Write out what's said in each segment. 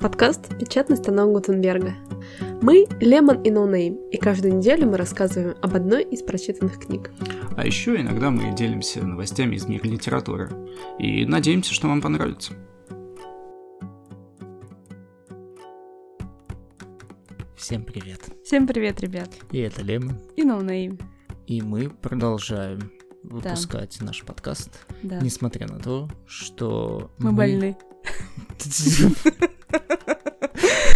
Подкаст «Печатный станок Гутенберга». Мы — Лемон и Ноунейм, и каждую неделю мы рассказываем об одной из прочитанных книг. А еще иногда мы делимся новостями из мира литературы. И надеемся, что вам понравится. Всем привет. Всем привет, ребят. И это Лема. И ноунейм. И мы продолжаем выпускать наш подкаст, Да. несмотря на то, что Мы больны.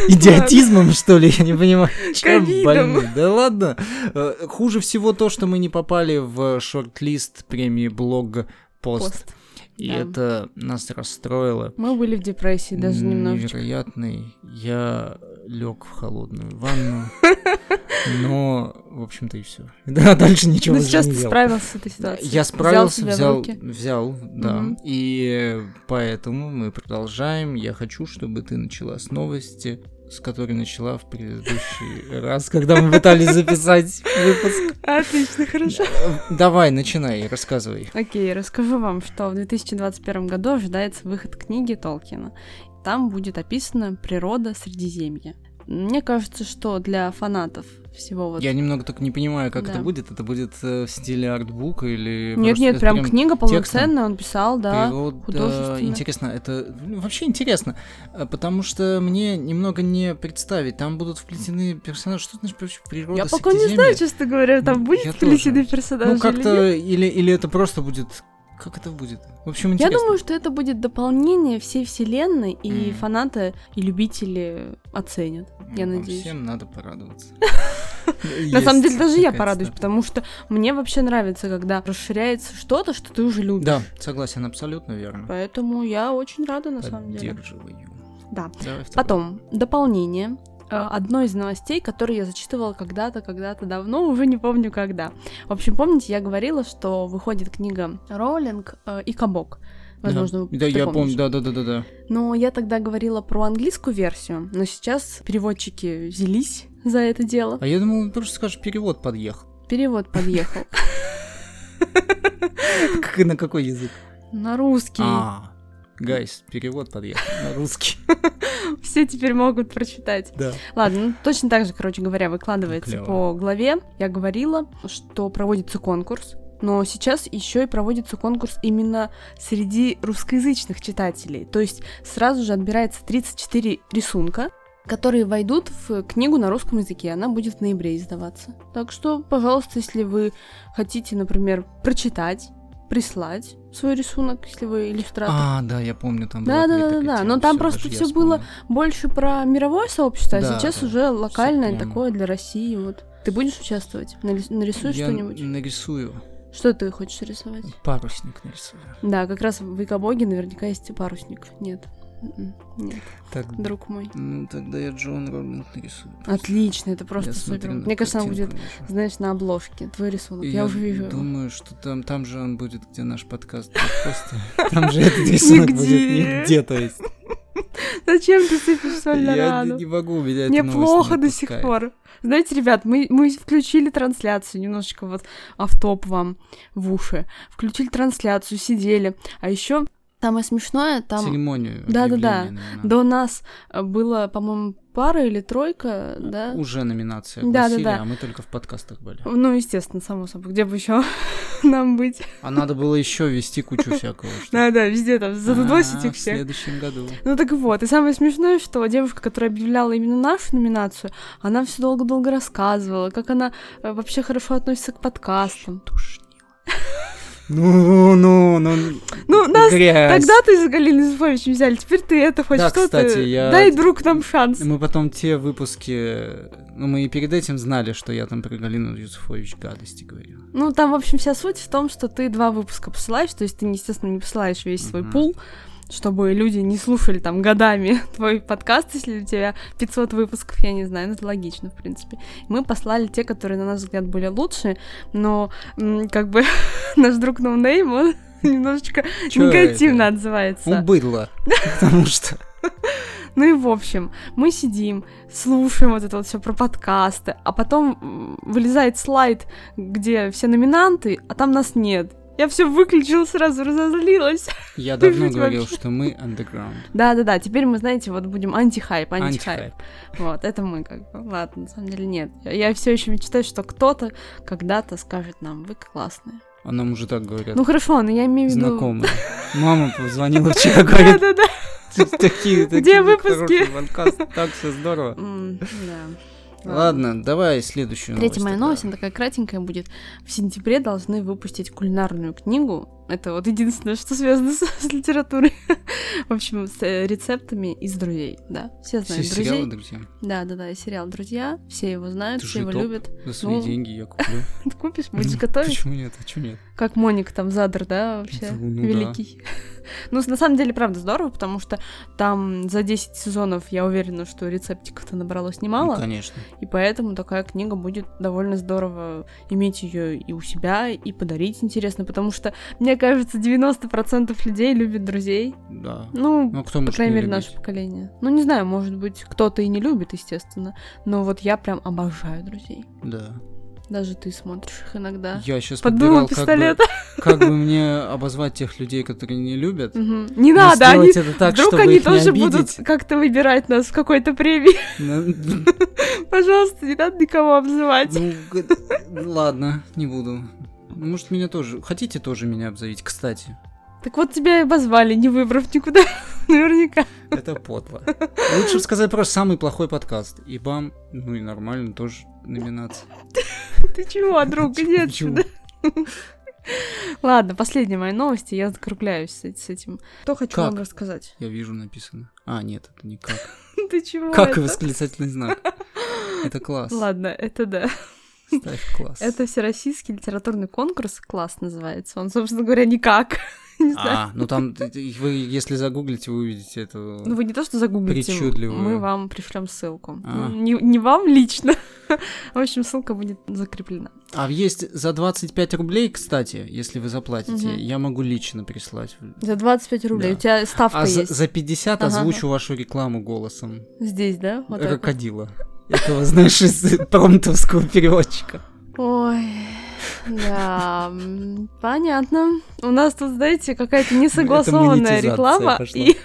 Идиотизмом, что ли, я не понимаю. Чем Ковидом. больны? Да ладно. Э, Хуже всего то, что мы не попали в шорт-лист премии блог пост. Пост. И да. это нас расстроило. Мы были в депрессии даже немножечко. Невероятный. Я лег в холодную ванну. Но, в общем-то, и все. Да, дальше ничего Но уже Ну, сейчас не ты делал. справился с этой ситуацией. Я справился, себя в взял, руки. взял, да. Мгм. И поэтому мы продолжаем. Я хочу, чтобы ты начала с новости, с которой начала в предыдущий раз, когда мы пытались записать выпуск. Э, Отлично, хорошо. Давай, начинай, рассказывай. Окей, расскажу вам, что в 2021 году ожидается выход книги Толкина. Там будет описана природа Средиземья. Мне кажется, что для фанатов всего вот... Я немного только не понимаю, как Да. это будет. Это будет э, в стиле артбука или... Нет, просто нет, это прям, книга полноценная, он писал, да. Природа. художественно. э, Интересно, это ну, вообще интересно, э, потому что мне немного не представить. Там будут вплетены персонажи. Что значит вообще природа? Я пока не Средиземья? Ну, знаю, честно говоря, там Я будет тоже. вплетены персонажи Ну, или нет. как-то, или, или это просто будет... Как это будет? В общем, Я интересно. думаю, что это будет дополнение всей вселенной, и Мгм. фанаты и любители оценят. я Вам надеюсь. Всем надо порадоваться. На самом деле даже я Есть порадуюсь, такая потому что мне вообще нравится, когда расширяется что-то, что ты уже любишь. цитата. Да, согласен, абсолютно верно. Поэтому я очень рада, на самом деле. Поддерживаю. Да. Давай второй. Потом, дополнение э, одной из новостей, которую я зачитывала когда-то, когда-то давно, уже не помню когда. В общем, помните, я говорила, что выходит книга Роулинг э, и Кабок. Да. Возможно, вы Да, ты я помнишь. помню, да, да, да, да, да. Но я тогда говорила про английскую версию, но сейчас переводчики взялись за это дело. А я думал, ты просто скажешь, перевод подъехал. Перевод подъехал. Как- На какой язык? На русский. А, гайс, перевод подъехал на русский. Все теперь могут прочитать. Да. Ладно, ну, точно так же, короче говоря, выкладывается Клёво. по главе. Я говорила, что проводится конкурс. Но сейчас еще и проводится конкурс именно среди русскоязычных читателей. То есть сразу же отбирается 34 рисунка, которые войдут в книгу на русском языке. Она будет в ноябре издаваться. Так что, пожалуйста, если вы хотите, например, прочитать, прислать свой рисунок, если вы иллюстратор. А, да, я помню, там была Да, да, да, какая-то да, тема, но там всё, просто даже я всё было вспомнил. больше про мировое сообщество, а Да, сейчас да. уже локальное Всё прям. такое для России. Вот ты будешь участвовать? Нарис- Нарисуешь Я что-нибудь? нарисую. Что ты хочешь рисовать? Парусник нарисую. Да, как раз в Икабоге наверняка есть и парусник. Нет. М-м, Нет, Так, друг мой. ну тогда я Джон Робинг нарисую. Отлично, это Я просто супер. смотрю на Мне кажется, он будет, картинку нашу. знаешь, на обложке. Твой рисунок. И Я, уже вижу. его. думаю, что там, там же он будет, где наш подкаст. Просто там же этот рисунок будет Нигде. нигде, то есть. Зачем ты сыпешь соль на Я рану? не могу, меня эта ну. Мне новость плохо не до сих отпускает. пор. Знаете, ребят, мы, мы включили трансляцию, немножечко вот автоп вам в уши. Включили трансляцию, сидели. А еще самое смешное, там Церемонию. Да-да-да. объявления номинантов. до нас э, было, по-моему, пара или тройка, да? Уже номинация Да-да-да. огласили, а мы только в подкастах были. Ну, естественно, само собой, где бы еще нам быть? А надо было еще вести кучу всякого. что- Да, да, везде там, задудосить А, их В всех. следующем году. Ну так вот, и самое смешное, что девушка, которая объявляла именно нашу номинацию, она все долго-долго рассказывала, как она э, вообще хорошо относится к подкастам. Ну, ну, ну, Ну, нас грязь. Тогда ты за Галиной Зуфовичем взяли, теперь ты это хоть Да, что кстати, ты. я- Дай, друг, нам шанс. Мы потом те выпуски... Ну, мы и перед этим знали, что я там про Галину Юсуфович гадости говорил. Ну, там, в общем, вся суть в том, что ты два выпуска посылаешь, то есть ты, естественно, не посылаешь весь свой Мгм. пул, чтобы люди не слушали там годами твой подкаст, если у тебя 500 выпусков, я не знаю, ну, это логично, в принципе. Мы послали те, которые, на наш взгляд, были лучшие, но, м, как бы, наш друг Ноунейм, он немножечко Чё негативно это? отзывается. Он быдло, Ну, потому что... Ну и в общем, мы сидим, слушаем вот это вот все про подкасты, а потом м, вылезает слайд, где все номинанты, а там нас нет. Я все выключила сразу, разозлилась. Я давно Жить говорил, вообще. что мы underground. Да-да-да, теперь мы, знаете, вот будем антихайп, антихайп. Антихайп. Вот, это мы как бы. Ладно, на самом деле нет. Я, все еще мечтаю, что кто-то когда-то скажет нам, вы классные. А нам уже так говорят. Ну хорошо, но я имею в виду... Знакомые. Мама позвонила вчера, говорит, Да-да-да. такие, такие Где хорошие выпуски?» подкасты, так все здорово. М, Да. Ладно, давай следующую новость. Третья моя тогда. новость, она такая кратенькая будет. В сентябре должны выпустить кулинарную книгу. Это вот единственное, что связано с, с литературой. В общем, с э, рецептами из друзей. Да, все Все знают сериалы, друзей. друзья. Да, да, да, и сериал Друзья. Все его знают, Ты все же его топ. любят. За свои Ну. деньги я куплю. Ты купишь, будешь Ну, готовить. Почему нет? А чё нет? Как Моника там задр, да, вообще? Ну, ну да. Великий. Ну, с- на самом деле, правда, здорово, потому что там за 10 сезонов, я уверена, что рецептиков-то набралось немало. Ну, конечно. И поэтому такая книга будет довольно здорово иметь ее и у себя, и подарить интересно, потому что, мне кажется, 90% людей любят друзей. Да. Ну, Ну, а кто по может крайней не мере, любить? наше поколение. Ну, не знаю, может быть, кто-то и не любит, естественно, но вот я прям обожаю друзей. Да. Даже ты смотришь их иногда. Я сейчас Под подбирал, как дулом бы, пистолета. как бы мне обозвать тех людей, которые не любят. Мгм. Не но надо, они... Ну, сделать это так, Вдруг чтобы они их не тоже будут обидеть. как-то выбирать нас в какой-то премии. Ну, Пожалуйста, не надо никого обзывать. Ну, г- ладно, не буду. Может, меня тоже... Хотите тоже меня обзовить? Кстати, Так вот тебя и обозвали, не выбрав никуда. Наверняка. это подло. Лучше б сказать просто самый плохой подкаст. И бам, ну и нормально, тоже номинация. Ты чего, а, друг, иди Почему? отсюда. Ладно, последняя моя новость, и я закругляюсь с, с этим. Что хочу Как? вам рассказать? Я вижу написано. А, нет, это не как. Ты чего? Как и это? восклицательный знак. Это класс. Ладно, это да. Ставь класс. Это всероссийский литературный конкурс, класс называется. Он, собственно говоря, никак. Не знаю. А, ну там, т- т- вы, если загуглите, вы увидите это. Ну вы не то, что загуглите, Причудливую. мы вам пришлем ссылку. А. Ну, Не, не вам лично. В общем, ссылка будет закреплена. А есть за 25 рублей, кстати, если вы заплатите, Мгм. я могу лично прислать. За 25 рублей. Да. У тебя ставка А за, есть. за 50 Ага, озвучу вашу рекламу голосом. Здесь, да? Вот так вот. крокодила. Этого, знаешь, из промтовского переводчика. Ой, да, м, понятно. У нас тут, знаете, какая-то несогласованная монетизация реклама. пошла. И...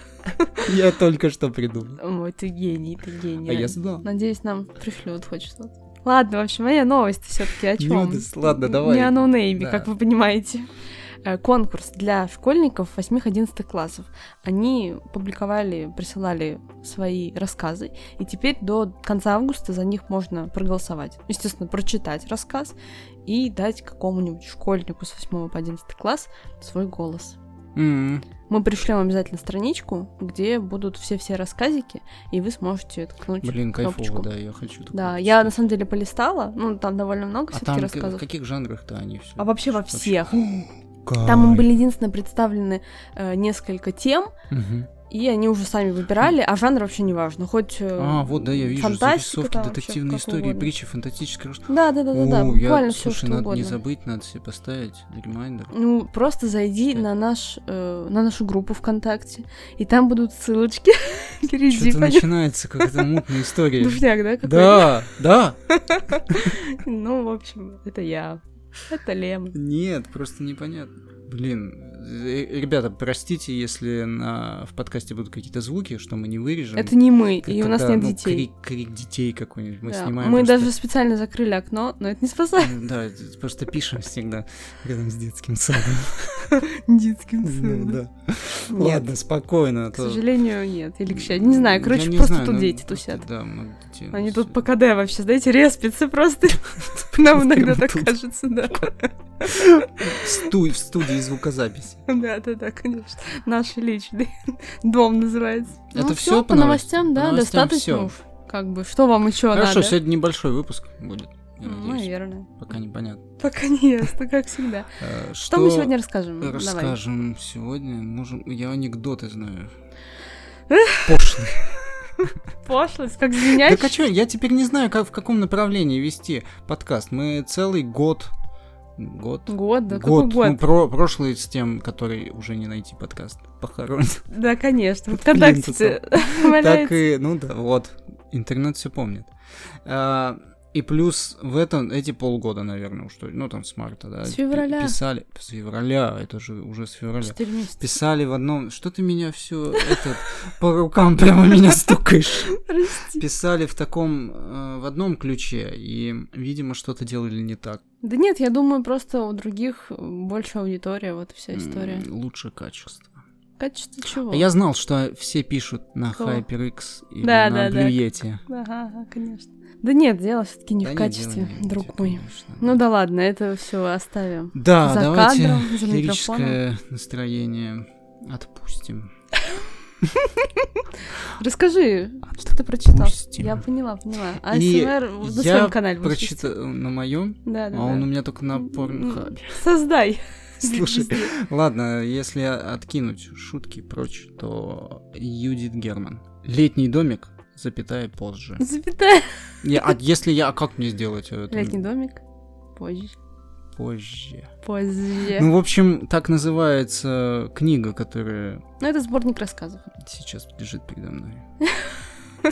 Я только что придумал. Ой, ты гений, ты гений. А я знал. Надеюсь, нам пришлют хоть что-то. Ладно, в общем, моя новость все-таки о чем? Нюдес, Ну, ладно, давай. Не о ноунейме, Да. как вы понимаете. Э, Конкурс для школьников 8-11 классов. Они публиковали, присылали свои рассказы, и теперь до конца августа за них можно проголосовать. Естественно, прочитать рассказ и дать какому-нибудь школьнику с 8 по 11 класс свой голос. М, Мы пришлем обязательно страничку, где будут все-все рассказики, и вы сможете ткнуть Блин, кнопочку. кайфово, да, я хочу такое Да, я на почитать. самом деле полистала, ну там довольно много А все-таки там к- в рассказов. каких жанрах-то они все? А вообще во всех. Там им были единственно представлены э, несколько тем, и они уже сами выбирали, а жанр вообще не важно. Хоть. э, А, вот, да, я вижу, фантастика зарисовки, там вообще, детективные как истории, угодно. притчи, фантастические... расш- Да, да, да, да, да. О, я- Буквально все, Слушай, что надо угодно. не забыть, надо себе поставить ремайдер. Ну, просто зайди Читать. на наш э, на нашу группу ВКонтакте, и там будут ссылочки. Перейди, Что-то пойдем. начинается, как это мутная история. Душняк, да? какой-то? Да, да. Ну, в общем, это я. Это Лем. Нет, просто непонятно. Блин, э, ребята, простите, если на, в подкасте будут какие-то звуки, что мы не вырежем. Это не мы, и Когда, у нас нет ну, детей. Крик, крик детей какой-нибудь. Мы Да, снимаем. Мы даже просто- специально закрыли окно, но это не спасает Да, просто пишем всегда рядом с детским садом. детским Ну, сыном. да. Ладно, спокойно. а К то- сожалению, нет. Или к счастью. Не знаю, Я короче, не просто знаю, тут ну, дети просто, тусят. Да, много детей. Они тусят. тут по КД вообще, знаете, респятся просто. Нам иногда Прямо так тут. кажется, да. В сту- в студии звукозаписи. Да, да, да, конечно. Наши личные. Дом называется. Это всё Ну, всё, по по новостям? новостям, По да, новостям достаточно всё. уж. Как бы, что вам еще надо? Ну, Хорошо, сегодня небольшой выпуск будет. я М, надеюсь. Наверное. Пока непонятно. Пока не ясно, как всегда. Э, Что мы сегодня расскажем? Давай. Расскажем сегодня. Можем... Я анекдоты знаю. Эх. Пошлые. Пошлость, как Да звенять. а чё, я теперь не знаю, как в каком направлении вести подкаст. Мы целый год... Год? Год, да, год. какой год? Ну, про прошлый с тем, который уже не найти подкаст. Похоронен. Да, конечно. Блин, ВКонтакте Так и... Ну да, вот. Интернет все помнит. А, И плюс в этом эти полгода, наверное, что ли, ну там с марта, да. С февраля. пи- Писали, с февраля, это же уже с февраля. Четыре месяца. Писали в одном, что ты меня все этот, по рукам прямо меня стукаешь. Прости. Писали в таком, э, в одном ключе, и, видимо, что-то делали не так. Да нет, я думаю, просто у других э, больше аудитория, вот и вся история. М, Лучше качество. Качество чего? А я знал, что все пишут на Что? HyperX или Да, на да, да. Блюете. Ага, ага, конечно. Да нет, дело все-таки не Да в нет, качестве, дело не в друг Блюете, мой. конечно. Ну да ладно, это все оставим. Да, За А, давайте кадром, за лирическое настроение отпустим. Расскажи, что ты прочитал. Отпустим. Я поняла, поняла. А И АСМР на я своем канале будешь вести? Прочитал на моем, Да, да, а он у да. меня только на М, порнхабе. Создай. Слушай, Везде. ладно, если откинуть шутки прочь, то Юдит Герман. Летний домик, запятая позже. Запятая. Я- а если я, а как мне сделать это? Летний домик. Позже. Позже. Позже. Ну, в общем, так называется книга, которая Ну, это сборник рассказов. сейчас лежит передо мной.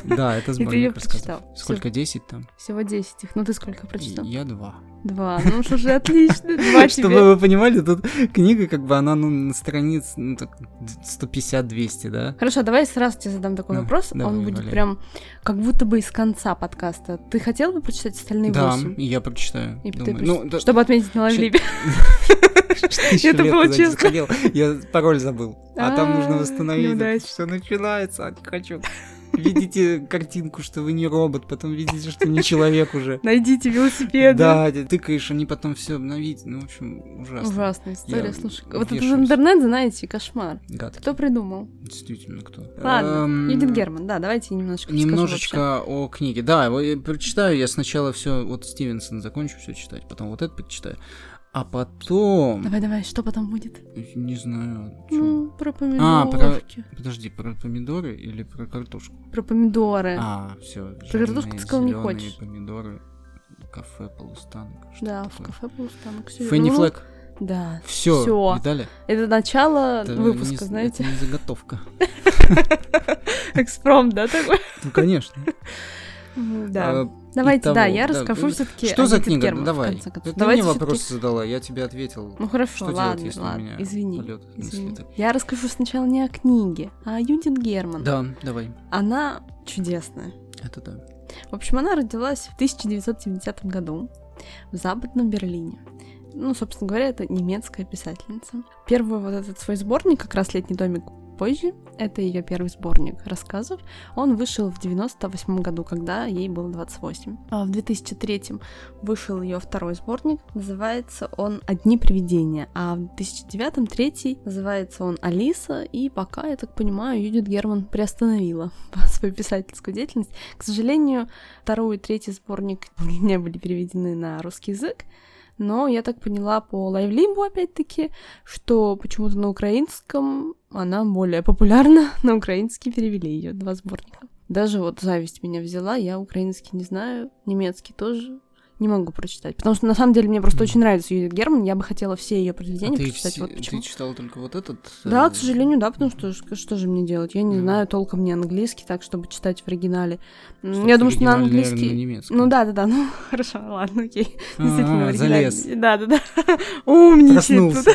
Да, это И ты ее сборник прочитал. рассказов. Сколько, 10 там? Всё- Всего 10 их. Ну, ты сколько прочитал? Я два. Два. Ну что же, отлично. Два Чтобы тебе. вы понимали, тут книга, как бы она ну, на страниц ну, так, 150-200, да? Хорошо, давай я сразу тебе задам такой Ну, вопрос. давай, Он будет Валерия. прям как будто бы из конца подкаста. Ты хотел бы прочитать остальные Да, восемь? я прочитаю. И ты думаю. прочит- Ну, да- Чтобы отметить на Лайвлибе. Тысячу Это лет было туда не честно. заходил. Я пароль забыл. А там нужно А, восстановить. неудача. Все начинается, а не хочу. Видите картинку, что вы не робот, потом видите, что не человек уже. Найдите велосипеды. Да, ты тыкаешь, они потом все обновить. Ну, в общем, ужасно. Ужасная история, Я слушай. Вот этот вешаюсь. интернет, знаете, кошмар. Гад. Кто придумал? Действительно, кто? Ладно, Эм, Юдит Герман, да, давайте немножечко расскажу вообще. Немножечко о книге. Да, его я прочитаю. Я сначала все вот Стивенсон закончу все читать, потом вот это прочитаю. А потом... Давай, давай, что потом будет? Не знаю. чё. Ну, про А, помидорки. Подожди, про помидоры или про картошку? про... помидоры. А, все. Э, картошку ты сказал, не хочешь. помидоры, кафе, полустанок. что да, в такое. кафе был станок. всё Фенни вернул. Флэк. Да. Все. Ну, Всё. Видали? Это начало Это не- выпуска, это знаете. не заготовка. Экспром, да, такой? Ну, конечно. Да. А, Давайте, Итого, да, я да. э, расскажу все-таки Что за книга? Давай. Это Ты мне Давайте вопрос вопрос. задала, я тебе ответил. Ну хорошо, Что делать, ладно, если у ладно, меня извини. полет Извини. Я расскажу сначала не о книге, а о Юдит Герман. Да, давай. Она чудесная. Это да. В общем, она родилась в 1970 году в Западном Берлине. Ну, собственно говоря, это немецкая писательница. Первый вот этот свой сборник, как раз «Летний домик» позже, это ее первый сборник рассказов. Он вышел в 98 году, когда ей было 28. А в 2003 вышел ее второй сборник, называется он «Одни привидения», а в 2009 третий называется он «Алиса», и пока, я так понимаю, Юдит Герман приостановила свою писательскую деятельность, к сожалению, второй и третий сборник не были переведены на русский язык, но я так поняла по лайвлибу, опять-таки, что почему-то на украинском она более популярна, на украинский перевели ее два сборника. Даже вот зависть меня взяла, я украинский не знаю, немецкий тоже не могу прочитать, потому что на самом деле мне просто Мгм. очень нравится Юдит Герман, я бы хотела все ее произведения А ты, прочитать, все- вот ты почему. читал только вот этот? Да, э, к сожалению, да, потому что ж- что же мне делать? Я не Мгм. знаю толком не английский, так чтобы читать в оригинале. М, что Я думаю, что на оригинальный, наверное, английский. на немецком. Ну да, да, да, ну хорошо, ладно, окей. Действительно, в А, оригинале. залез. Да, да, да. Умничает. тут. Проснулся.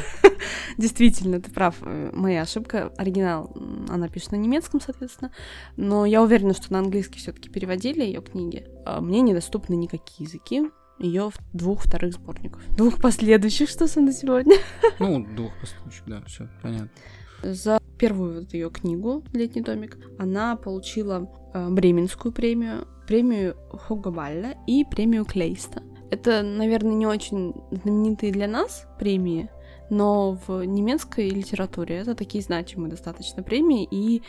Действительно, ты прав, э, моя ошибка. Оригинал, м, она пишет на немецком, соответственно. Но я уверена, что на английский все-таки переводили ее книги. А Мне недоступны никакие языки ее двух вторых сборников. Двух последующих, что со мной сегодня. Ну, двух послушай, да, все, понятно. За первую вот ее книгу «Летний домик» она получила э, Бременскую премию, премию Хогобалля и премию Клейста. Это, наверное, не очень знаменитые для нас премии, но в немецкой литературе это такие значимые достаточно премии, и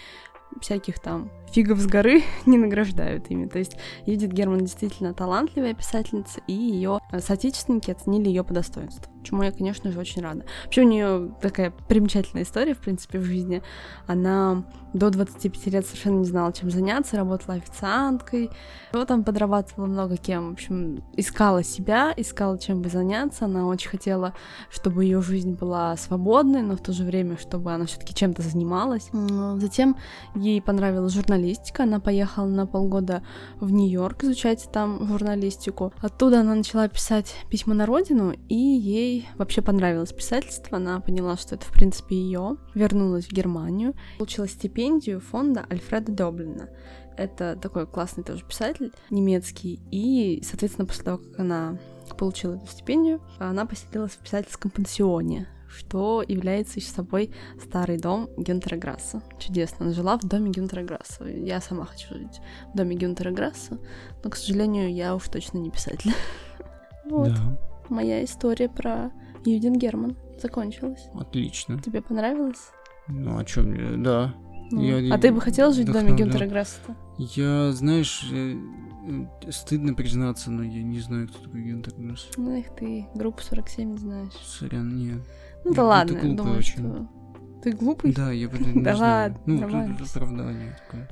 всяких там фигов с горы не награждают ими. То есть Юдит Герман действительно талантливая писательница, и ее соотечественники оценили ее по достоинству, чему я, конечно же, очень рада. Вообще у нее такая примечательная история, в принципе, в жизни. Она до 25 лет совершенно не знала, чем заняться, работала официанткой, вот там подрабатывала много кем, в общем, искала себя, искала, чем бы заняться. Она очень хотела, чтобы ее жизнь была свободной, но в то же время, чтобы она все-таки чем-то занималась. М, Затем в Ей понравилась журналистика, она поехала на полгода в Нью-Йорк изучать там журналистику. Оттуда она начала писать письма на родину, и ей вообще понравилось писательство, она поняла, что это в принципе ее. Вернулась в Германию, получила стипендию фонда Альфреда Доблина. Это такой классный тоже писатель немецкий, и, соответственно, после того, как она получила эту стипендию, она поселилась в писательском пансионе, что является еще собой старый дом Гюнтера Грасса. Чудесно, она жила в доме Гюнтера Грасса. Я сама хочу жить в доме Гюнтера Грасса, но, к сожалению, я уж точно не писатель. Вот, Да, моя история про Юдин Герман закончилась. отлично. Тебе понравилось? Ну, а чё мне... Да. Ну, Я- А ты бы хотел жить в доме вдохновлял. Гюнтера Грасса-то? Я, знаешь, э, э, стыдно признаться, но я не знаю, кто такой Гюнтер Грасс. Ну их ты, группу 47 не знаешь. Сорян, нет. Ну да Ну, ладно, ты глупый думаю, очень. что... Ты глупый? Да, я блин, не Да знаю. ладно, Ну, нормально это всё. оправдание такое.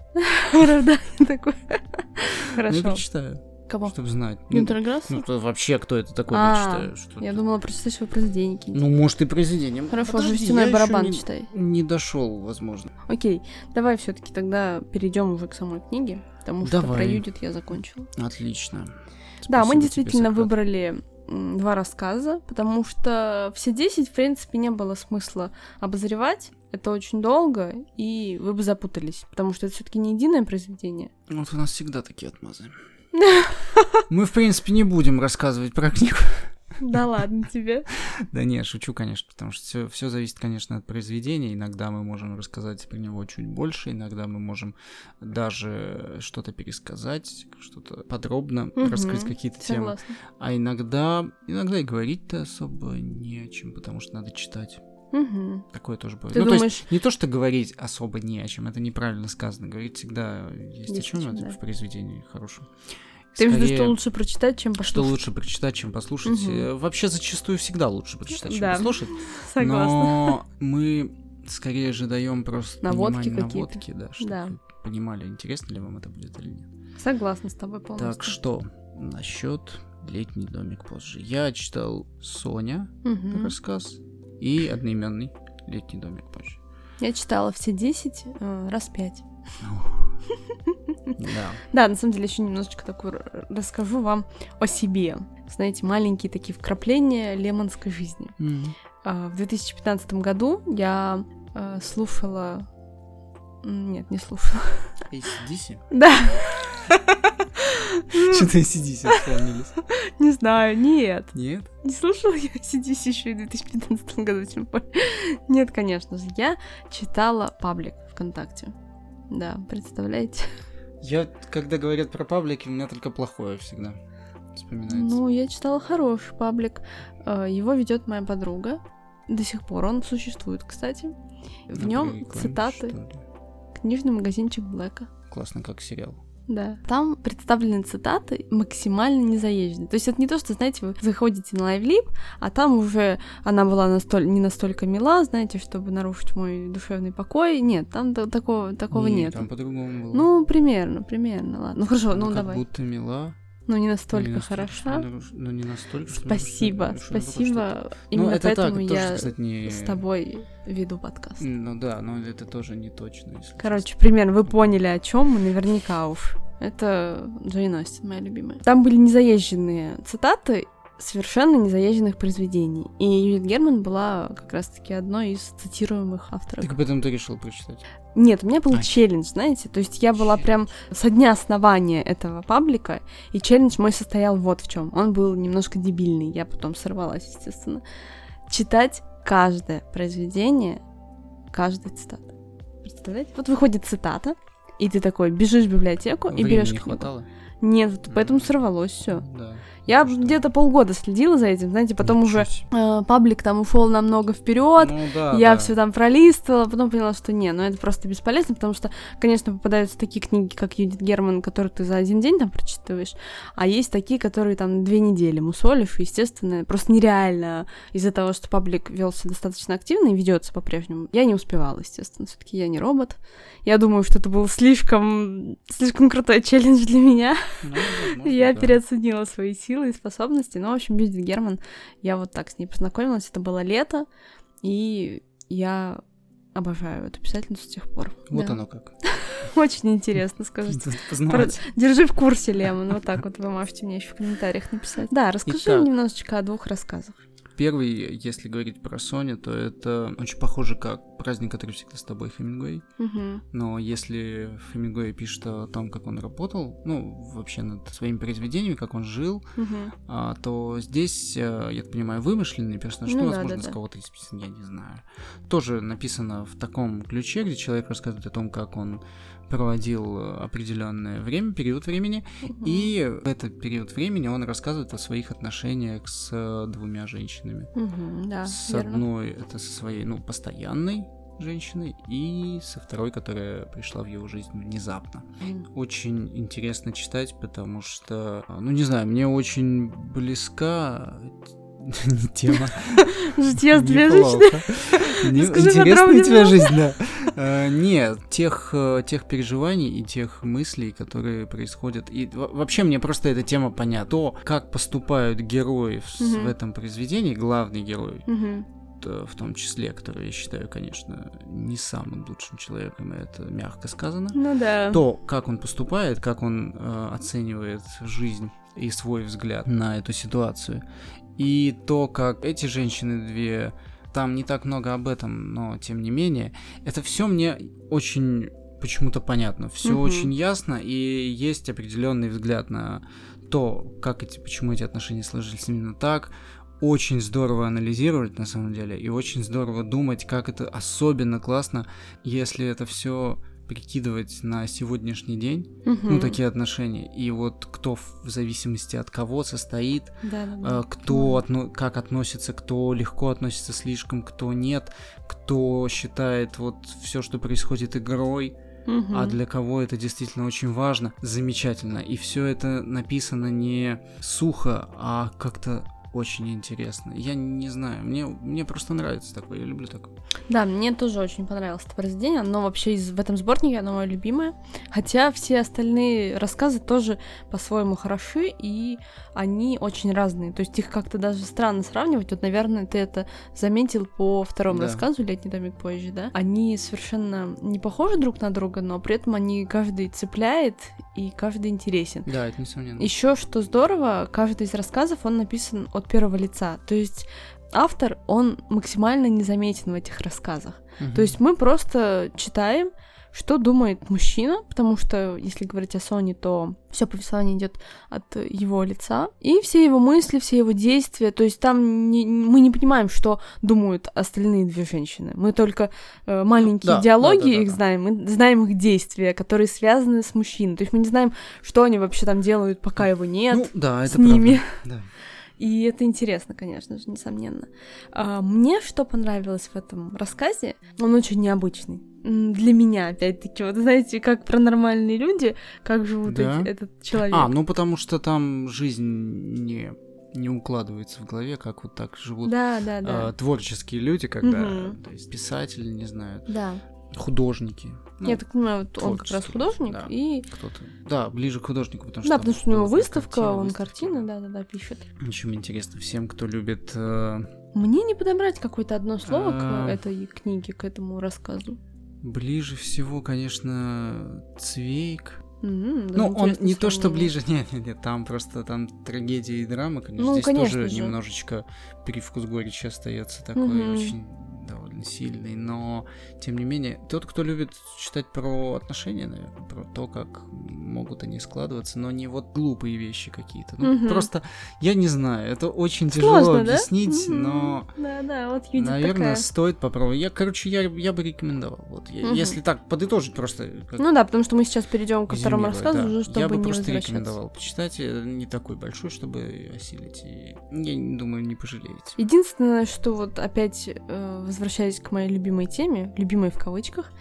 Оправдание такое. Ну, я Хорошо. прочитаю, Кого? чтобы знать. Ну, Гюнтера Грасса? Ну, то вообще, кто это такой, А, я читаю? Что Я ты? думала, прочитаешь вопрос деньги. Ну, может, и произведением. Хорошо, Подожди, я жестяной ещё барабан не- читай. Не дошел, возможно. Окей, давай все-таки тогда перейдем уже к самой книге, потому что про Давай. Юдит я закончила. Отлично. Да, Спасибо мы тебе, действительно Сократ. выбрали м, два рассказа, потому что все 10, в принципе, не было смысла обозревать. Это очень долго, и вы бы запутались, потому что это все-таки не единое произведение. Вот у нас всегда такие отмазы. Мы, в принципе, не будем рассказывать про книгу. Да ладно тебе. Да не, шучу, конечно, потому что все, зависит, конечно, от произведения. Иногда мы можем рассказать про него чуть больше, иногда мы можем даже что-то пересказать, что-то подробно Мгм, раскрыть какие-то темы. Согласна. А иногда, иногда и говорить-то особо не о чем, потому что надо читать. Мгм. Такое тоже бывает. Ты ну, то думаешь, есть, не то, что говорить особо не о чем, это неправильно сказано. Говорить всегда есть, о Есть о чем, чем, это да. в произведении хорошем. ты имеешь в виду, Скорее, что лучше прочитать, чем что послушать? лучше прочитать, чем послушать. Мгм. Э, Вообще зачастую всегда лучше прочитать, чем Да. послушать. Согласна. Но мы скорее же даем просто Наводки понимание- какие-то. наводки, да, чтобы Да. вы понимали, интересно ли вам это будет или нет. Согласна с тобой полностью. Так что насчет летний домик позже. Я читал Соня Мгм. рассказ и одноименный летний домик позже. Я читала все 10 э, раз 5. Да. Да, на самом деле еще немножечко такую р- расскажу вам о себе. Знаете, маленькие такие вкрапления лемонской жизни. Мгм. А, В 2015 году я э, слушала... М, Нет, не слушала. ACDC? Да. Что-то ACDC вспомнились. Не знаю, нет. Нет? Не слушала я CDC еще и в 2015 году, тем более. Нет, конечно же. Я читала паблик ВКонтакте. Да, представляете? Я, когда говорят про паблики, у меня только плохое всегда вспоминается. Ну, я читала хороший паблик. Э, Его ведет моя подруга. До сих пор он существует, кстати. В На нем прорекламе, цитаты что ли. книжный магазинчик Блэка. Классно, как сериал. Да. Там представлены цитаты максимально незаезженные. То есть это не то, что, знаете, вы заходите на лайвлип, а там уже она была настоль... не настолько мила, знаете, чтобы нарушить мой душевный покой. Нет, там та- такого, такого Не, нет. Там по-другому было. Ну, примерно, примерно, ладно. Ну хорошо, Она ну как давай. будто мила. Ну не но настолько не настолько, что хороша. наруш- Ну, не настолько. что нарушила- Спасибо, нарушила покой, что-то. спасибо. Ну, Именно это так, поэтому это тоже, я кстати, не- с тобой веду подкаст. Ну да, но это тоже не точно. если Короче, примерно вы поняли, о чем мы наверняка уж. Это Джейн Остин, моя любимая. Там были незаезженные цитаты совершенно незаезженных произведений. И Юдит Герман была как раз-таки одной из цитируемых авторов. честно. Так поэтому ты решил прочитать. Нет, у меня был А. челлендж, знаете, то есть я была прям со дня основания этого паблика, и челлендж мой состоял вот в чем. Он был немножко дебильный, я потом сорвалась, естественно. Читать каждое произведение, каждой цитаты. Представляете? Вот выходит цитата, и ты такой бежишь в библиотеку Ну, и Времени берешь не книгу. хватало? Нет, вот поэтому М. сорвалось все. Да. Я Потому что- где-то полгода следила за этим, знаете, потом Ничего уже себе. э, паблик там ушел намного вперед, Ну да, я да. все там пролистывала, потом поняла, что не, ну это просто бесполезно, потому что, конечно, попадаются такие книги, как Юдит Герман, которые ты за один день там прочитываешь, а есть такие, которые там две недели мусолишь, и, естественно, просто нереально из-за того, что паблик велся достаточно активно и ведется по-прежнему. Я не успевала, естественно, все-таки я не робот. Я думаю, что это был слишком, слишком крутой челлендж для меня. Ну, возможно, Я да. переоценила свои силы и способности. Ну, в общем, Юдит Герман, я вот так с ней познакомилась. Это было лето, и я обожаю эту писательницу с тех пор. Вот Да. оно как. Очень интересно, скажите. Познавать. Держи в курсе, Лемон. Вот так вот вы можете мне еще в комментариях написать. Да, расскажи Итак. немножечко о двух рассказах. Первый, если говорить про Sony, то это очень похоже как «Праздник, который всегда с тобой» Хемингуэй. Мгм. Но если Хемингуэй пишет о том, как он работал, ну, вообще над своими произведениями, как он жил, Мгм. а, то здесь, э, я так понимаю, вымышленный персонаж, ну, Ну да, возможно, да, с да. кого-то из песен, я не знаю. Тоже написано в таком ключе, где человек рассказывает о том, как он проводил э, определенное время, период времени, Мгм. и в этот период времени он рассказывает о своих отношениях с э, двумя женщинами. Мгм, Да, с верно. одной, это со своей, ну, постоянной женщиной, и со второй, которая пришла в его жизнь внезапно Мгм. очень интересно читать, потому что, ну не знаю, мне очень близка не тема. Житье с две неплохо. женщины. Не- Расскажи Интересная у подробнее. тебя жизнь, да. Э, Нет, тех, э, тех переживаний и тех мыслей, которые происходят. И во- вообще мне просто эта тема понятна. То, как поступают герои в с- Мгм. в этом произведении, главный герой, Мгм. э, в том числе, который я считаю, конечно, не самым лучшим человеком, и это мягко сказано Ну да. то, как он поступает, как он э, оценивает жизнь и свой взгляд на эту ситуацию, и то, как эти женщины две, там не так много об этом, но тем не менее, это все мне очень почему-то понятно, все Мгм. очень ясно, и есть определенный взгляд на то, как эти, почему эти отношения сложились именно так. Очень здорово анализировать на самом деле, и очень здорово думать, как это особенно классно, если это все прикидывать на сегодняшний день, ну, Мгм. такие отношения, и вот кто в в зависимости от кого состоит, Да, да, да. э, кто отно- как относится, кто легко относится слишком, кто нет, кто считает вот все, что происходит игрой, Мгм. а для кого это действительно очень важно, замечательно. И все это написано не сухо, а как-то очень интересно. Я не знаю, мне, мне просто нравится такое, я люблю такое. Да, мне тоже очень понравилось это произведение. Оно вообще из, в этом сборнике оно мое любимое. Хотя все остальные рассказы тоже по-своему хороши, и они очень разные. То есть их как-то даже странно сравнивать. Вот, наверное, ты это заметил по второму Да. рассказу «Летний домик позже», да? Они совершенно не похожи друг на друга, но при этом они каждый цепляет и каждый интересен. Да, это несомненно. Еще что здорово, каждый из рассказов он написан от первого лица. То есть автор, он максимально незаметен в этих рассказах. Мгм. То есть мы просто читаем, что думает мужчина, потому что, если говорить о Соне, то все повествование идет от его лица. И все его мысли, все его действия. То есть там не- мы не понимаем, что думают остальные две женщины. Мы только э, маленькие Да, диалоги да, да, да, их да. знаем, мы знаем их действия, которые связаны с мужчиной. То есть мы не знаем, что они вообще там делают, пока его нет. ну, да, это с ними. правда. Да. И это интересно, конечно же, несомненно. А, мне что понравилось в этом рассказе, он очень необычный. М, Для меня, опять-таки, вот знаете, как паранормальные люди, как живут Да. эти- этот человек. А, ну потому что там жизнь не, не укладывается в голове, как вот так живут да, да, да. э, творческие люди, когда Мгм. то есть писатели, не знаю, да. художники. Ну, Я так понимаю, вот он как раз творческий, художник, да. и кто-то. Да, ближе к художнику, потому что. да, там потому что у него разные выставка, картины, он выставки, картины, да. да, да, да, пишет. Очень интересно всем, кто любит. э, Мне не подобрать какое-то одно слово к А. этой книге, к этому рассказу. ближе всего, конечно, Цвейк. М, даже ну, он интересное не то, что сравнение. ближе, нет, нет, нет, там просто там трагедия и драма, конечно, Ну, здесь конечно тоже же. немножечко привкус горечи остается такой Мгм. очень довольно сильный, но тем не менее, тот, кто любит читать про отношения, наверное, про то, как могут они складываться, но не вот глупые вещи какие-то. Ну, Мгм. просто я не знаю, это очень тяжело Сложно, да? объяснить, Мгм. но Да, да, вот Юдит Наверное, такая. стоит попробовать. Я, короче, я, я бы рекомендовал. Вот, я- Мгм. Если так подытожить просто. как Ну да, потому что мы сейчас перейдем ко второму резюмировать, рассказу, да. уже чтобы я бы не просто возвращаться. рекомендовал почитать. э, Не такой большой, чтобы осилить. И я не думаю, не пожалеете. Единственное, что вот опять э, возвращаясь к моей любимой теме, любимой в кавычках,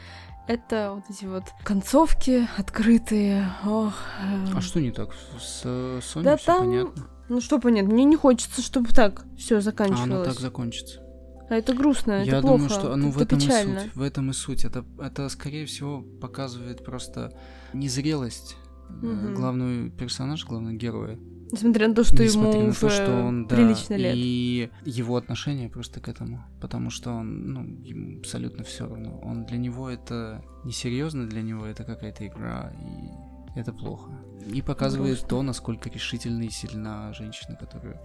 это вот эти вот концовки открытые. Ох, э, А что не так с- э, с Соней? Да всё там понятно. ну что понятно, мне не хочется, чтобы так А все оно заканчивалось. так закончится. А это грустно, я это думаю, плохо, что ну, это в этом печально. и суть. В этом и суть. Это, это, скорее всего, показывает просто незрелость Мгм. главный персонаж, главного героя. Несмотря на то, что Несмотря ему на уже то, что он, да, прилично лет. И его отношение просто к этому. Потому что он, ну, ему абсолютно все равно. Он для него это несерьезно, для него это какая-то игра, и это плохо. И показывает Грустно. то, насколько решительна и сильна женщина, которая.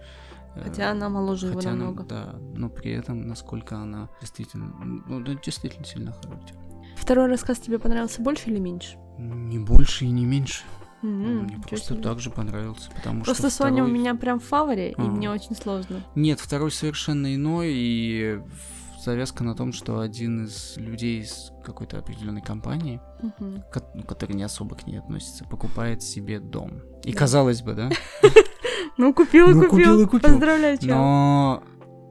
э, Хотя она моложе его хотя она, намного. да, но при этом насколько она действительно, ну, да, действительно сильна характер. Второй рассказ тебе понравился больше или меньше? Не больше и не меньше. М, Мне Хм, ничего просто себе. так же понравился, потому Просто что Соня у второй- меня прям в фаворе, и Ага. мне очень сложно. Нет, второй совершенно иной, и в- завязка на том, что один из людей из какой-то определенной компании, Мгм. ко- ну, который не особо к ней относится, покупает себе дом. И казалось бы, да? Ну, купил и Ну, купил и купил. купил. Поздравляю, чел. Но...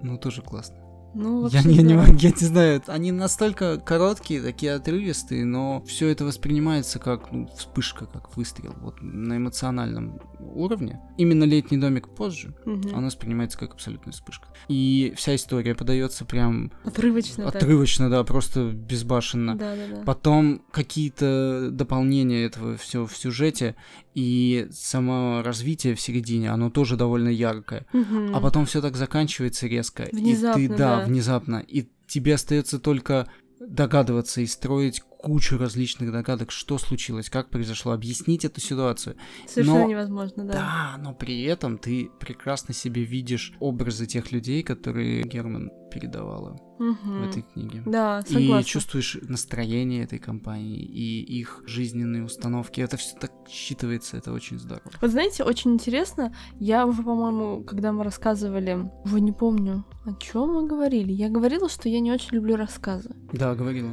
Ну, тоже классно. Ну, Я вообще не, я не здорово. могу, я не знаю. Они настолько короткие, такие отрывистые, но все это воспринимается как ну, вспышка, как выстрел. Вот на эмоциональном уровне. Именно летний домик позже, Мгм. он воспринимается как абсолютная вспышка. И вся история подается прям Отрывочно так. Отрывочно, да, просто безбашенно. Ну Да, да, да. Потом какие-то дополнения этого все в сюжете, и само развитие в середине, оно тоже довольно яркое. Мгм. А потом все так заканчивается резко. и Внезапно, ты, да, да. внезапно. И тебе остается только догадываться и строить кучу различных догадок, что случилось, как произошло, объяснить эту ситуацию. Совершенно но- невозможно, да. Да, но при этом ты прекрасно себе видишь образы тех людей, которые Герман передавала в Мгм. этой книге. Да, И согласна. чувствуешь настроение этой компании и их жизненные установки. Это все так считывается, это очень здорово. Вот знаете, очень интересно, я уже, по-моему, когда мы рассказывали, уже не помню, о чем мы говорили. Я говорила, что я не очень люблю рассказы. Да, говорила.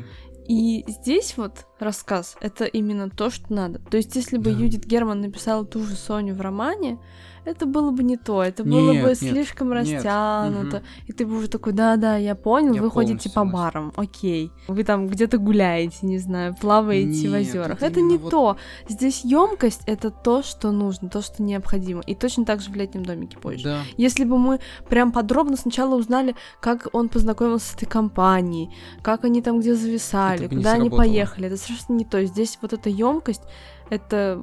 И здесь вот рассказ — это именно то, что надо. То есть, если бы Да. Юдит Герман написала ту же Соню в романе, это было бы не то, это Нет, было бы нет, слишком нет. растянуто. И ты бы уже такой, да-да, я понял, Я вы ходите полностью по согласен. барам, окей. Вы там где-то гуляете, не знаю, плаваете в Нет, озерах. это Это не именно вот- то. Здесь емкость это то, что нужно, то, что необходимо. И точно так же в летнем домике позже. Да. Если бы мы прям подробно сначала узнали, как он познакомился с этой компанией, как они там где зависали, Это бы не куда они сработало. поехали, это совершенно не то. Здесь вот эта емкость, это,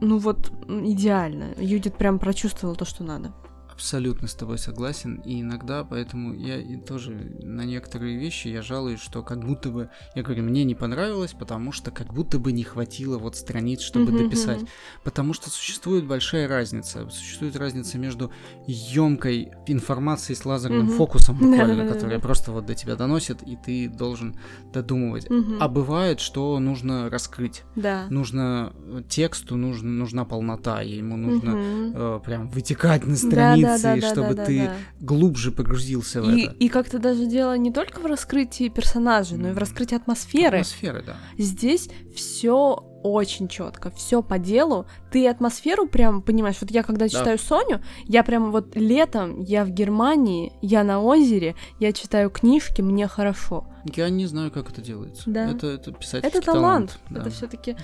ну вот, м, идеально. Юдит прям прочувствовала то, что надо. Абсолютно с тобой согласен. И иногда, поэтому я и тоже на некоторые вещи я жалуюсь, что как будто бы, я говорю, мне не понравилось, потому что как будто бы не хватило вот страниц, чтобы Мгм, дописать. мгм. Потому что существует большая разница. Существует разница между емкой информацией с лазерным Мгм. фокусом, буквально, Да-да-да-да. которая просто вот до тебя доносит, и ты должен додумывать. Мгм. А бывает, что нужно раскрыть. Да. Нужно э, тексту, нужно, нужна полнота, и ему нужно Мгм. э, прям вытекать на Да, да, странице, да, и да, чтобы да, ты да. глубже погрузился в И, это. и как-то даже дело не только в раскрытии персонажей, но и в М. раскрытии атмосферы. Атмосферы, да. Здесь все очень четко, все по делу. Ты атмосферу прям понимаешь. Вот я когда читаю Соню, я прям вот летом, я в Германии, я на озере, я читаю книжки, мне хорошо. Я не знаю, как это делается. Да. Это, это писательский Это талант. да. Это все-таки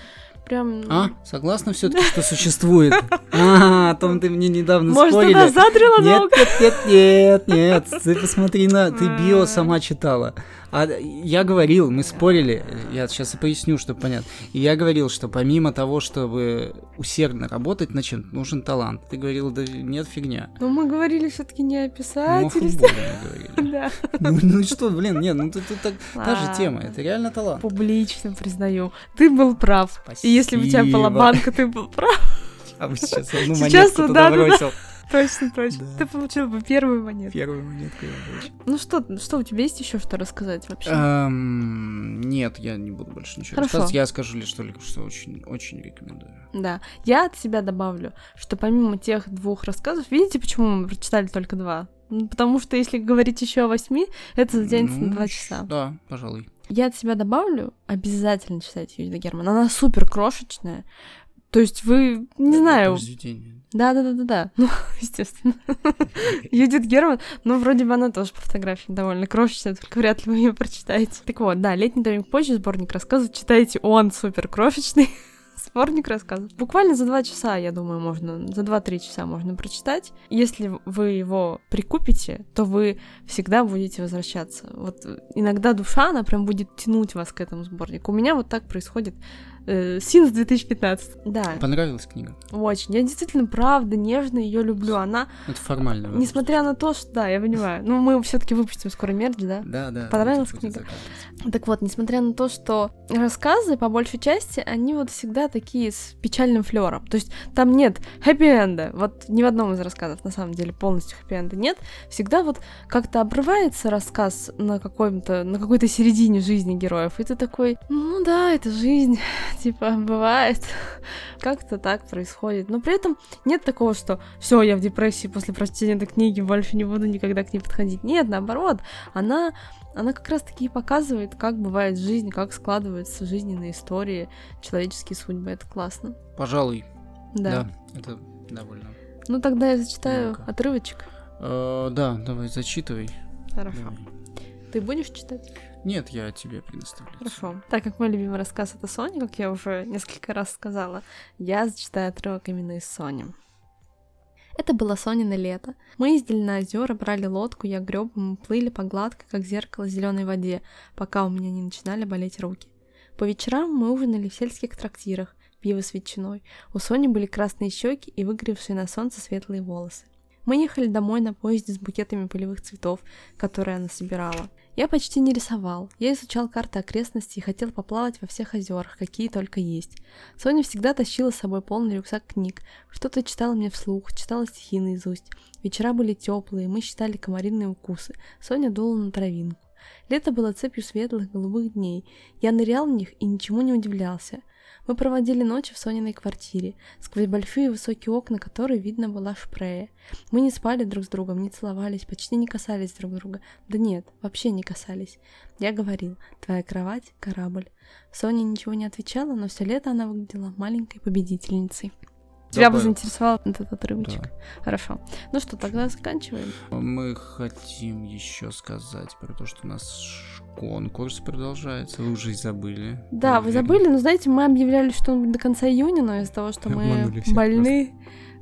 прям. А, согласна все-таки, что существует. А, о том ты мне недавно ну, Может, она спорили. задрила Нет, науку? нет, нет, нет, нет, ты посмотри на... Ты А. био сама читала. А я говорил, мы спорили, я сейчас и поясню, чтобы понятно. И я говорил, что помимо того, чтобы усердно работать над чем нужен талант. Ты говорил, да нет, фигня. Ну, мы говорили все-таки не о Ну, Мы о писательстве. футболе мы говорили. Да. Ну, ну что, блин, нет, ну тут тут так... Та же Ладно. тема, это реально талант. Публично признаю. Ты был прав. И если бы у тебя была Спасибо. банка, ты был прав. А вы сейчас одну Сейчас монетку вот, туда да-да-да. бросил. Точно, точно. Да. Ты получил бы первую монету. Первую монетку я бросил. Ну что, что у тебя есть еще что рассказать вообще? Эм, нет, я не буду больше ничего Хорошо. рассказывать. Я скажу лишь только, что очень, очень рекомендую. Да. Я от себя добавлю, что помимо тех двух рассказов, видите, почему мы прочитали только два? Ну, Потому что если говорить еще о восьми, это затянется Ну, на два щ- часа. Да, пожалуй. Я от себя добавлю, обязательно читайте Юлия Герман. Она супер крошечная. То есть вы, не знаю, Произведение. да, да, да, да, да. Ну, естественно. Юдит Герман, ну, вроде бы она тоже по фотографии довольно крошечная, только вряд ли вы ее прочитаете. Так вот, да, летний домик позже, сборник рассказов. Читайте, он супер крошечный. Сборник рассказов. Буквально за два часа, я думаю, можно, за 2-3 часа можно прочитать. Если вы его прикупите, то вы всегда будете возвращаться. Вот э, иногда душа, она прям будет тянуть вас к этому сборнику. У меня вот так происходит э, Синс 2015. Да, Понравилась книга? очень. Я действительно, правда, нежно ее люблю. Она, Это формально. выпуск. несмотря на то, что, да, я понимаю, ну мы все-таки выпустим скоро мерч, да? Да, да. понравилась это будет книга? заказываться. Так вот, несмотря на то, что рассказы, по большей части, они вот всегда такие с печальным флером. То есть там нет хэппи-энда. Вот ни в одном из рассказов, на самом деле, полностью хэппи-энда нет. Всегда вот как-то обрывается рассказ на каком-то, на какой-то середине жизни героев. И ты такой, ну да, это жизнь, типа, бывает. Как-то так происходит. Но при этом нет такого, что все, я в депрессии после прочтения этой книги, больше не буду никогда к ней подходить. Нет, наоборот, она она как раз-таки и показывает, как бывает жизнь, как складываются жизненные истории, человеческие судьбы. Это классно. Пожалуй. Да. да. Это довольно. Ну тогда я зачитаю Ну-ка. отрывочек. Э, да, давай, зачитывай. Хорошо. Давай. Ты будешь читать? Нет, я тебе предоставляю. Хорошо. Так как мой любимый рассказ это Соня, как я уже несколько раз сказала, я зачитаю отрывок именно из Сони. Это было Сонина лето. Мы ездили на озера, брали лодку, я греб, мы плыли по гладкой, как зеркало, зеленой воде, пока у меня не начинали болеть руки. По вечерам мы ужинали в сельских трактирах, пиво с ветчиной. У Сони были красные щеки и выгоревшие на солнце светлые волосы. Мы ехали домой на поезде с букетами полевых цветов, которые она собирала. Я почти не рисовал. Я изучал карты окрестностей и хотел поплавать во всех озерах, какие только есть. Соня всегда тащила с собой полный рюкзак книг. Что-то читала мне вслух, читала стихи наизусть. Вечера были теплые, мы считали комариные укусы. Соня дула на травинку. Лето было цепью светлых голубых дней. Я нырял в них и ничему не удивлялся. Мы проводили ночи в Сониной квартире, сквозь большие высокие окна которой видно была шпрея. Мы не спали друг с другом, не целовались, почти не касались друг друга. Да нет, вообще не касались. Я говорил, твоя кровать – корабль. Соня ничего не отвечала, но все лето она выглядела маленькой победительницей. Тебя бы Добавил. заинтересовал этот отрывочек. Хорошо. Ну что, тогда заканчиваем. Мы хотим еще сказать про то, что у нас конкурс продолжается. Вы уже и забыли. Да, Я вы уверен. забыли, но знаете, мы объявляли, что он будет до конца июня, но из-за того, что мы Обманули всех больны,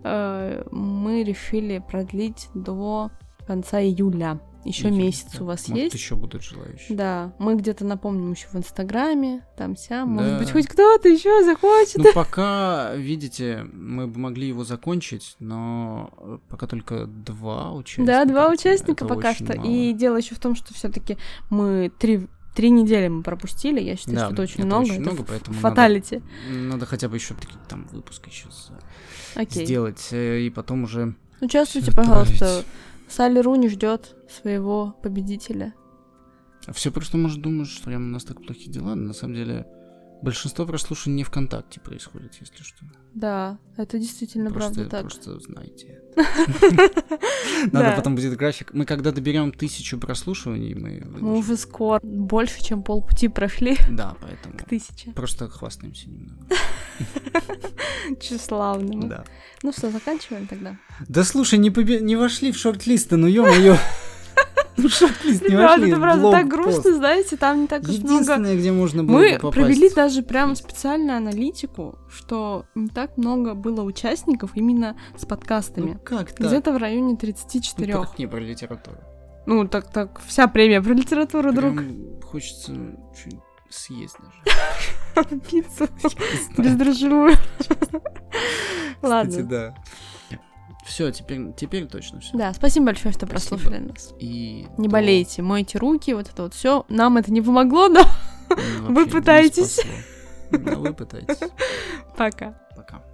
э, мы решили продлить до конца июля. Еще Идёт, месяц да. у вас Может, есть. еще будут желающие. Да, мы где-то напомним еще в Инстаграме, там сям, может Да. быть, хоть кто-то еще захочет. Ну, пока, видите, мы бы могли его закончить, но э, пока только два участника. да, два участника Это пока очень что. мало. И дело еще в том, что все-таки мы три, три недели мы пропустили. Я считаю, Да, что это очень это много. очень это много, ф- поэтому надо- фаталити. Надо хотя бы еще такие там выпуск еще Окей. сделать, э, и потом уже... Участвуйте, Всё, пожалуйста. давайте. Салли Руни ждет своего победителя. Все просто, может, думают, что прям у нас так плохие дела, но на самом деле большинство прослушаний не ВКонтакте происходит, если что. Да, это действительно просто, правда так. Просто знаете. Да. Надо потом будет график. Мы когда доберем тысячу прослушиваний, мы... Мы выложим. уже скоро больше, чем полпути прошли Да, поэтому... к тысяче. Просто хвастаемся немного. Тщеславным. Да. Ну что, заканчиваем тогда? Да слушай, не, побе- не вошли в шорт-листы, ну ё-моё. Ну шорт-лист не Ребята, вошли. это правда блог так грустно, пост. знаете, там не так уж много. Единственное, где можно было Мы бы попасть. провели даже прям специальную аналитику, что не так много было участников именно с Ну подкастами. как так? Где-то в районе Ну, 34. как не про литературу. Ну, так так вся премия про литературу, друг. Прям хочется чё-нибудь съесть даже. Типа, Пиццу. Не знаю. Бездрожжевую. Кстати, Ладно. да. Все, теперь, теперь точно все. Да, спасибо большое, что Спасибо. прослушали нас. И Не то болейте, мойте руки, вот это вот все. Нам это не помогло, но вообще не пытаетесь. спасло. Да, вы пытаетесь. пока. Пока.